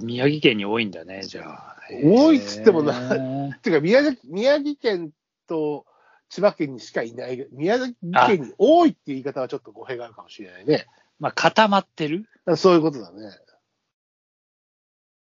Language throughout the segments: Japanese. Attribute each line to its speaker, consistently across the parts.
Speaker 1: 宮城県に多いんだね、じゃあ。
Speaker 2: 多いっつってもな
Speaker 1: な。
Speaker 2: てか宮崎、宮城県と千葉県にしかいない、宮崎県に多いって言い方はちょっと語弊があるかもしれないね。
Speaker 1: まあ、固まってる
Speaker 2: そういうことだね。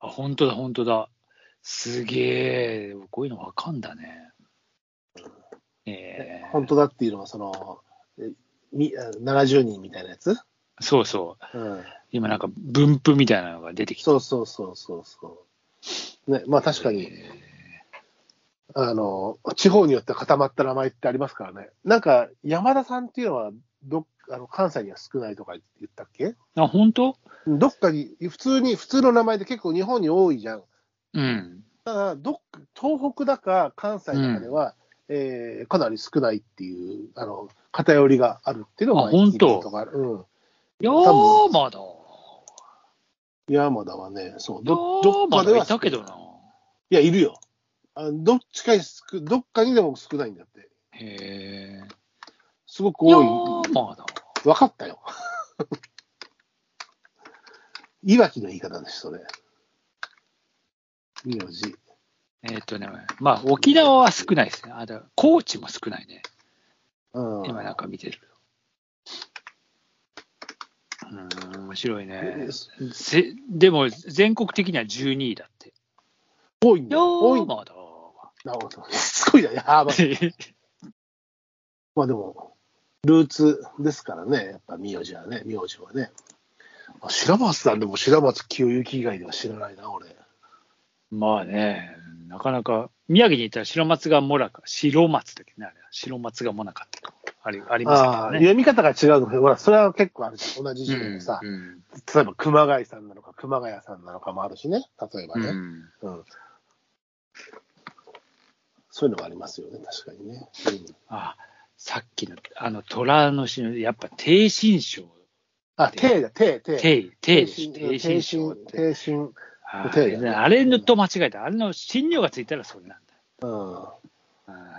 Speaker 1: あ、本当だ、本当だ。すげえ、こういうのわかんだね。ええ
Speaker 2: 本当だっていうのは、その、えみ70人みたいなやつ、
Speaker 1: そうそう。
Speaker 2: うん、
Speaker 1: 今なんか分布みたいなのが出てきた。
Speaker 2: そうそうそうそうそう。ね、まあ確かに、あの、地方によって固まった名前ってありますからね。なんか、山田さんっていうのは、どっあの関西には少ないとか言ったっけ
Speaker 1: あ、本当
Speaker 2: どっかに、普通に、普通の名前で結構日本に多いじゃん。
Speaker 1: うん。
Speaker 2: ただどっか、東北だか関西だかでは、えーかなり少ないっていう、あの、偏りがあるっていうのが、
Speaker 1: あ本当
Speaker 2: イギリスとかあるうん。
Speaker 1: ヤーマだ。
Speaker 2: 山田はね、そう、
Speaker 1: ヤ
Speaker 2: どど
Speaker 1: ー
Speaker 2: っ
Speaker 1: マ
Speaker 2: か
Speaker 1: だ
Speaker 2: では。
Speaker 1: いたけどな。。
Speaker 2: いや、いるよ。あどっちかに少、どっかにでも少ないんだって。
Speaker 1: へえ。
Speaker 2: すごく
Speaker 1: ヤ
Speaker 2: 多
Speaker 1: ーマだ。
Speaker 2: い。わかったよ。 いわきの言い方です、それ。名字。
Speaker 1: えーっ、とね、まあ、沖縄は少ないですね。あだ高知も少ないね。
Speaker 2: うん。
Speaker 1: 今なんか見てると。うーん、面白いね
Speaker 2: え。
Speaker 1: ぜでも、全国的には12位だって。
Speaker 2: 多いんだ
Speaker 1: ヤ
Speaker 2: よ。多い
Speaker 1: ー
Speaker 2: んだ。
Speaker 1: マだ。
Speaker 2: なるほど。すごいな、やばい。まあでも、ルーツですからね、やっぱ名字はね、名字はね。あ白松さんでも白松清行以外では知らないな、俺。
Speaker 1: まあね、なかなか、宮城に行ったら白松がもらか、白松だっけね、あれ白松がもなかったとかありあります
Speaker 2: ああ、
Speaker 1: けどね。
Speaker 2: 読み方が違うのほら、それは結構あるじゃん。同じ字でもさ、
Speaker 1: うんうん
Speaker 2: 例えば熊谷さんなのか、熊谷さんなのかもあるしね、例えば
Speaker 1: う
Speaker 2: ね。
Speaker 1: ん
Speaker 2: うん。そういうのがありますよね、確かにね。うん、
Speaker 1: あさっきの、あの、虎の詩の、やっぱ、低心症。
Speaker 2: あ、手だ、手、手。
Speaker 1: 低、低
Speaker 2: 手、
Speaker 1: でしょ低心症って。
Speaker 2: 手心。
Speaker 1: あ
Speaker 2: 手だね
Speaker 1: あれと間違えた。あれの診療がついたらそれなんだ。
Speaker 2: うん。
Speaker 1: あ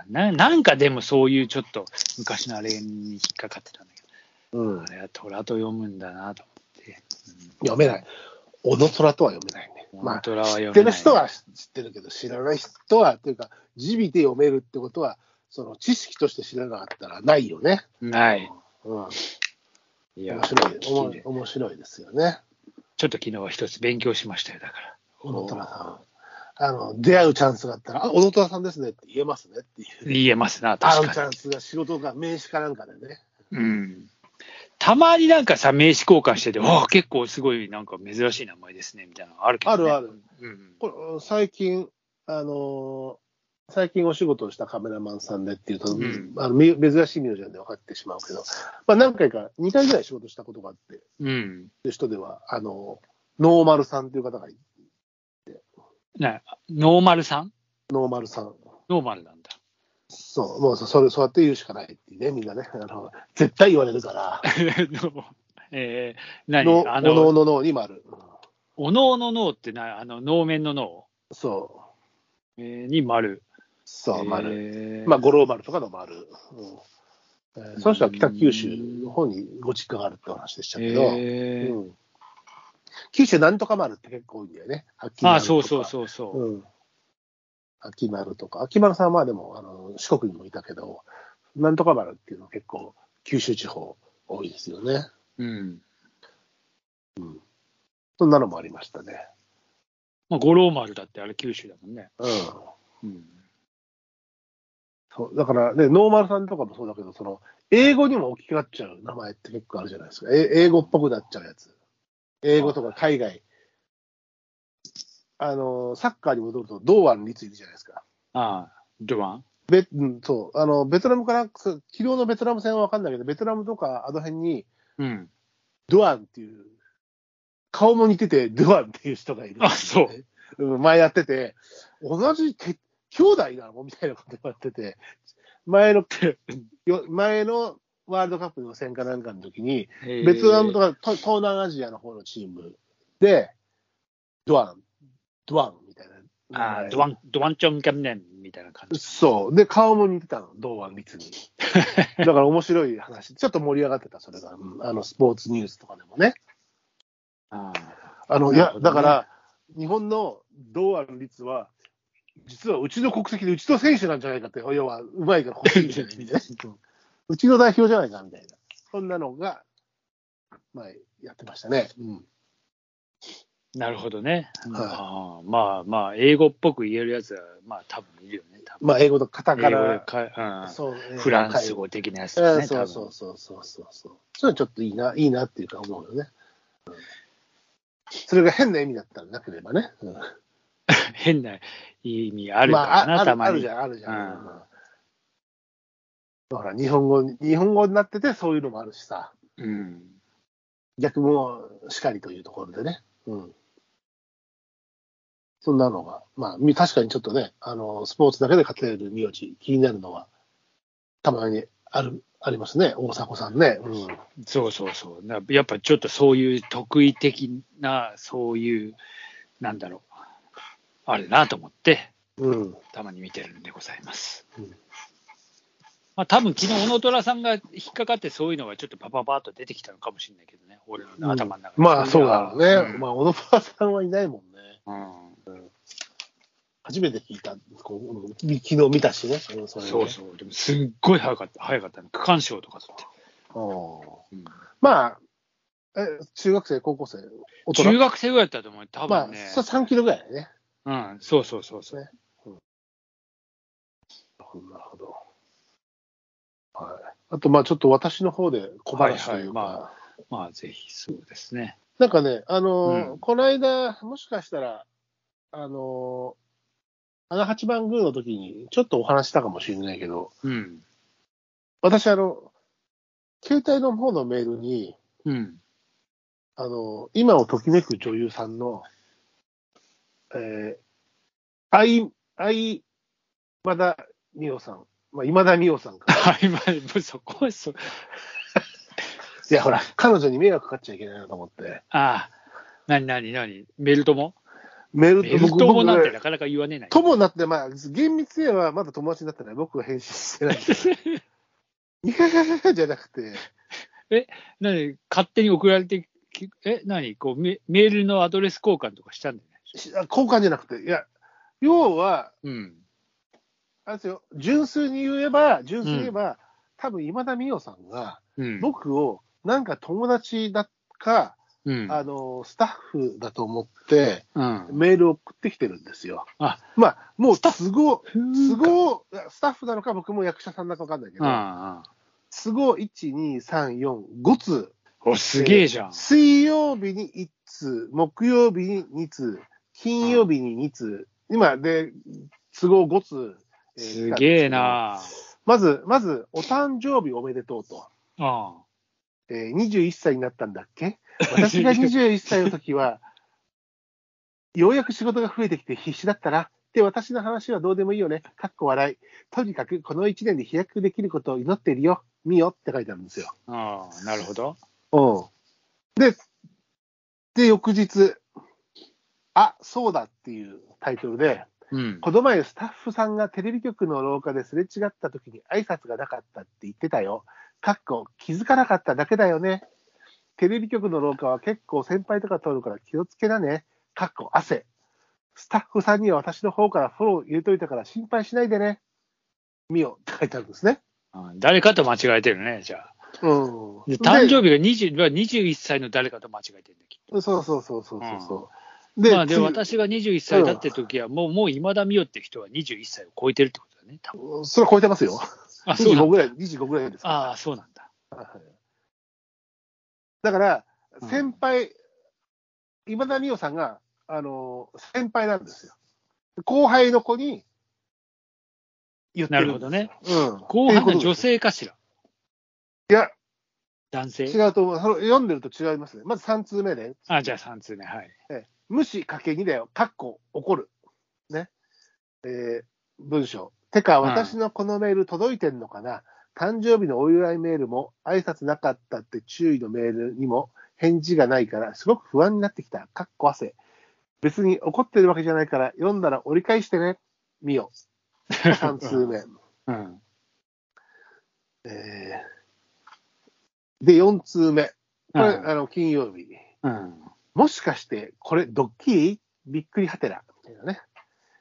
Speaker 1: ななんかでもそういうちょっと昔のあれに引っかかってたんだけ
Speaker 2: うん
Speaker 1: ど、あ。れは虎と読むんだなと思って。
Speaker 2: 読めない。小野虎とは読めないね。
Speaker 1: うん、
Speaker 2: まあ、
Speaker 1: 虎は読
Speaker 2: 知ってる人は知ってるけど、知らない人は、というか、字尾で読めるってことは、その知識として知らなかったらないよね。
Speaker 1: ない。
Speaker 2: うん、
Speaker 1: いや
Speaker 2: 面白い
Speaker 1: 聞いて
Speaker 2: おも面白いですよね、
Speaker 1: ちょっと昨日は一つ勉強しましたよ、だから。
Speaker 2: 小野虎さん。あの出会うチャンスがあったら、あ小野虎さんですねって言えますねっていう、
Speaker 1: 言えますな、
Speaker 2: 会う
Speaker 1: 確
Speaker 2: チ
Speaker 1: か
Speaker 2: ャンスが仕事が名刺かなんかでね、
Speaker 1: に。うん。たまになんかさ、名刺交換してて、おー結構すごいなんか珍しい名前ですね、みたいなのあるけど、
Speaker 2: あ
Speaker 1: ね。
Speaker 2: るあ。る、
Speaker 1: うん。
Speaker 2: これ最近、あのー最近お仕事をしたカメラマンさんでっていうと、
Speaker 1: うん
Speaker 2: あのめ珍しい名字なんで分かってしまうけど、まあ、何回か、2回ぐらい仕事したことがあって、
Speaker 1: うん。
Speaker 2: って人では、あの、ノーマルさんという方がいる、
Speaker 1: なノーマルさん
Speaker 2: ノーマルさん。
Speaker 1: ノーマルなんだ。
Speaker 2: そう、もうそそれ、そうやって言うしかないっていうね、みんなね。あの絶対言われるから、
Speaker 1: えー、何
Speaker 2: の、
Speaker 1: あ
Speaker 2: おの
Speaker 1: の
Speaker 2: お、ののに丸。うん
Speaker 1: おのおの脳ってな、あの、能面の脳、
Speaker 2: そ
Speaker 1: えーに丸。
Speaker 2: う、そう、丸。
Speaker 1: えー
Speaker 2: まあ、五郎丸とかの丸。うんえーその人は北九州の方にご実家があるってお話でしたけど、
Speaker 1: えー
Speaker 2: うん九州なんとか丸って結構多いんだよね。秋
Speaker 1: あ
Speaker 2: 丸
Speaker 1: あ、
Speaker 2: とか
Speaker 1: そうそうそうそう。
Speaker 2: うん。秋丸とか、秋丸さんはでも、あの、四国にもいたけど、なんとか丸っていうのは結構、九州地方多いですよね。
Speaker 1: うん。
Speaker 2: そんなのもありましたね。
Speaker 1: まあ、五郎丸だってあれ九州だもんね。
Speaker 2: うん。
Speaker 1: うん。
Speaker 2: そうだからね、ノーマルさんとかもそうだけど、その、英語にも置き換わっちゃう名前って結構あるじゃないですか。え英語っぽくなっちゃうやつ。英語とか海外。あの、サッカーに戻ると、堂安律いるじゃないですか。
Speaker 1: ああ、ドワン
Speaker 2: べうんそう。あの、ベトナムから、そう昨日のベトナム戦は分かんないけど、ベトナムとか、あの辺に、
Speaker 1: うん。
Speaker 2: ドアンっていう、顔も似てて、ドアンっていう人がいる。。
Speaker 1: あそう
Speaker 2: ん、前やってて、同じけ兄弟なのみたいなこと言われてて、前の、よ前のワールドカップの予選かなんかの時に、ベトナムと
Speaker 1: か。
Speaker 2: かと東南アジアの方のチームで、ドアン、ドアンみたいな。
Speaker 1: ああ、ドワ
Speaker 2: ン。
Speaker 1: ン、ドワンチョンキャンネンみたいな感じ。
Speaker 2: そう。で、顔も似てたの、ドアン密 に。だから面白い話。ちょっと盛り上がってた、それが。うんあの、スポーツニュースとかでもね。
Speaker 1: ああ。
Speaker 2: あの、
Speaker 1: な
Speaker 2: い
Speaker 1: る
Speaker 2: や
Speaker 1: ほ、どね
Speaker 2: だから、日本の堂安律は、実はうちの国籍でうちの選手なんじゃないかって、要は、うまいから国籍じゃないみたいな。 うちの代表じゃないかみたいな。そんなのが、まあ、やってましたね。うん。
Speaker 1: なるほどね。
Speaker 2: はい
Speaker 1: ああまあまあ、英語っぽく言えるやつは、まあ多分いるよね。多分
Speaker 2: まあ、英語とカタカ
Speaker 1: 英語
Speaker 2: ナ
Speaker 1: で。か、
Speaker 2: そう
Speaker 1: う
Speaker 2: ね
Speaker 1: ん、フランス語的なやつだ
Speaker 2: うん
Speaker 1: ね。
Speaker 2: そうそうそうそうそうそう。そういうのちょっといいな、いいなっていうか思うよね。うんそれが変な意味だったらなければね。うん
Speaker 1: 多分変な意味ある
Speaker 2: ま
Speaker 1: か
Speaker 2: あ、
Speaker 1: らな、
Speaker 2: あ
Speaker 1: た
Speaker 2: る
Speaker 1: ま
Speaker 2: ある
Speaker 1: に
Speaker 2: じ。ゃん、あるじゃん。
Speaker 1: うん
Speaker 2: うんほら、日本語に、日本語になっててそういうのもあるしさ、
Speaker 1: うん。
Speaker 2: 逆もしかりというところでね。うん。そんなのが、まあ、み確かにちょっとね、あの、スポーツだけで勝てる名字、気になるのは、たまにある、ありますね、大迫さんね。うん。
Speaker 1: そうそうそう。なやっぱちょっとそういう得意的な、そういう、なんだろう、あれなと思って、
Speaker 2: うん。
Speaker 1: たまに見てるんでございます。
Speaker 2: うん
Speaker 1: まあ多分昨日、小野虎さんが引っかかって、そういうのがちょっとパパパーっと出てきたのかもしれないけどね、俺の頭の中に、
Speaker 2: まあ、そうだろうね。
Speaker 1: ん
Speaker 2: まあ、小野川さんはいないもんね。
Speaker 1: うん
Speaker 2: 初めて聞いた、こう昨日見たしね。そそ
Speaker 1: そうそう、でもすっごい早かった、早かったね、区間賞とか取って。
Speaker 2: うん
Speaker 1: うん
Speaker 2: まあ、え中学生、高校生、大人。
Speaker 1: 中学生ぐらいだったと思う、多
Speaker 2: まあ、
Speaker 1: 分ね。
Speaker 2: さ3キロぐらいだよね。
Speaker 1: うん、そうそうそうそう。
Speaker 2: なるほど。はい、あと、まあ、ちょっと私の方で小話というか、
Speaker 1: はいはいままあ、ぜひ、そうですね。
Speaker 2: なんかね、あのー
Speaker 1: うん
Speaker 2: この間、もしかしたら、あのー、穴八番宮の時に、ちょっとお話したかもしれないけど、
Speaker 1: うん。
Speaker 2: 私、あの、携帯の方のメールに、
Speaker 1: うん。
Speaker 2: あの、今をときめく女優さんの、えー、あい、あい、まだみおさん。まあ、今田美桜さんか。
Speaker 1: はい、まあ、もうそこはそ、
Speaker 2: いや、ほら、彼女に迷惑かかっちゃいけないなと思って。
Speaker 1: ああ、なになになに、メルトモ
Speaker 2: メー
Speaker 1: メ
Speaker 2: ル
Speaker 1: ルトモなんてな
Speaker 2: 僕
Speaker 1: かなか言わねえない。
Speaker 2: 友になって、まあ、厳密にはまだ友達になってない。僕が返信して ない。いやいやいやいやじゃなくて、
Speaker 1: なに、勝手に送られてき、え、なに、こうメ、メールのアドレス交換とかしたんだよね。
Speaker 2: し交換じゃなくて、いや、要は、
Speaker 1: うん。
Speaker 2: あれですよ、純粋に言えば、純粋に言えば、多分今田美桜さんが、
Speaker 1: うん。
Speaker 2: 僕をなんか友達だか、
Speaker 1: うん。
Speaker 2: あの、スタッフだと思って、
Speaker 1: うん。
Speaker 2: メールを送ってきてるんですよ。
Speaker 1: あ
Speaker 2: まあ、もう、都合、都
Speaker 1: い。
Speaker 2: 合、いやスタッフなのか、僕も役者さんなのか分かんないけど、
Speaker 1: ああ。
Speaker 2: 都合1、2、3、4、5通。
Speaker 1: お、すげえじゃん。
Speaker 2: 水曜日に1通、木曜日に2通、金曜日に2通、今で、都合5通。えー
Speaker 1: すげえ。な
Speaker 2: まず、まず、お誕生日おめでとうと。
Speaker 1: ああ。
Speaker 2: えー、21歳になったんだっけ私 が21歳の時は、ようやく仕事が増えてきて必死だったな。で、私の話はどうでもいいよね。かっこ笑い。とにかくこの1年で飛躍できることを祈ってるよ。見よって書いてあるんですよ。
Speaker 1: ああ、なるほど。
Speaker 2: うん。で、で、翌日、あ、そうだっていうタイトルで、
Speaker 1: うん。
Speaker 2: この前、スタッフさんがテレビ局の廊下ですれ違った時に挨拶がなかったって言ってたよ。かっこ気づかなかっただけだよね。テレビ局の廊下は結構先輩とか通るから気をつけなね。かっこ汗。スタッフさんには私の方からフォロー入れといたから心配しないでね。みよって書いてあるんですね。
Speaker 1: あ誰かと間違えてるね、じゃあ。
Speaker 2: うん。
Speaker 1: で誕生日が20 21歳の誰かと間違えてるんだ、きっと
Speaker 2: 日そうそうそうそうそうそう。
Speaker 1: まあ、で
Speaker 2: 次
Speaker 1: 私が21歳だって時は、もう、もう今田美桜って人は21歳を超えてるってことだね、多分
Speaker 2: それ超えてますよ。
Speaker 1: あ、そうなんだ。
Speaker 2: 25ぐらい、25ぐらいですから
Speaker 1: ああ、そうなんだ。
Speaker 2: だから
Speaker 1: う、ん
Speaker 2: 先輩、今田美桜さんが、あの、先輩なんですよ。後輩の子に、言って
Speaker 1: な
Speaker 2: る。
Speaker 1: るほどね。
Speaker 2: うん。
Speaker 1: 後半の女
Speaker 2: っ
Speaker 1: 性かしら
Speaker 2: ていうこと
Speaker 1: 男
Speaker 2: です。い
Speaker 1: 性
Speaker 2: や、違うと思う。その読んでると違いますね。まず3通目で、
Speaker 1: あ、じゃあ3通目、はい。
Speaker 2: 無視かけ2だよ。かっこ怒る。ね。えー文章。てか、
Speaker 1: うん
Speaker 2: 私のこのメール届いてんのかな、誕生日のお祝いメールも、挨拶なかったって注意のメールにも返事がないから、すごく不安になってきた。かっこ汗。別に怒ってるわけじゃないから、読んだら折り返してね。見よ。3通目。
Speaker 1: うん。
Speaker 2: えーで、4通目。これ、
Speaker 1: うん
Speaker 2: あの、金曜日。
Speaker 1: うん。
Speaker 2: もしかして、これ、ドッキリびっくりはてら、みたいなね。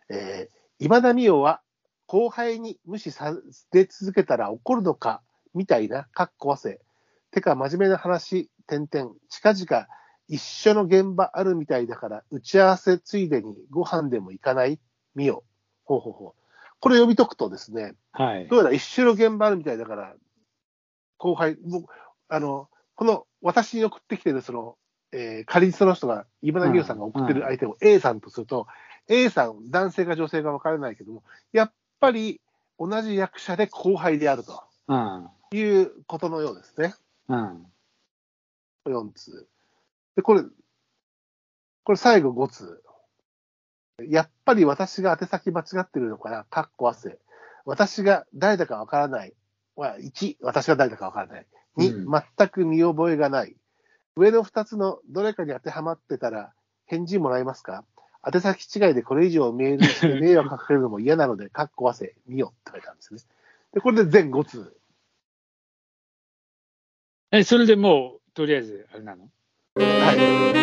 Speaker 2: えー、今田美桜は後輩に無視され続けたら怒るのか、みたいな、かっこ汗。てか、真面目な話、点々、近々、一緒の現場あるみたいだから、打ち合わせついでにご飯でも行かない美桜。ほうほうほう。これ読み解くとですね、
Speaker 1: はい
Speaker 2: ど。うやら一緒の現場あるみたいだから、後輩、僕、あの、この私に送ってきてる、その、えー仮にその人が、今田美桜さんが送ってる相手を A さんとすると、A さん、男性か女性か分からないけども、やっぱり同じ役者で後輩であると
Speaker 1: うん。
Speaker 2: いうことのようですね。
Speaker 1: うん。
Speaker 2: 4通。で、これ、これ最後5通。やっぱり私が宛先間違ってるのかなかっこ汗。私が誰だかわからない。は1、私が誰だかわからない。2、
Speaker 1: う
Speaker 2: 全く見覚えがない。上の2つのどれかに当てはまってたら返事もらえますか宛先違いでこれ以上メールして迷惑かけるのも嫌なので、かっこ汗、見よって書いてあるんですね。で、これで全5通。
Speaker 1: え、それでもう、とりあえず、あれなの
Speaker 2: はい。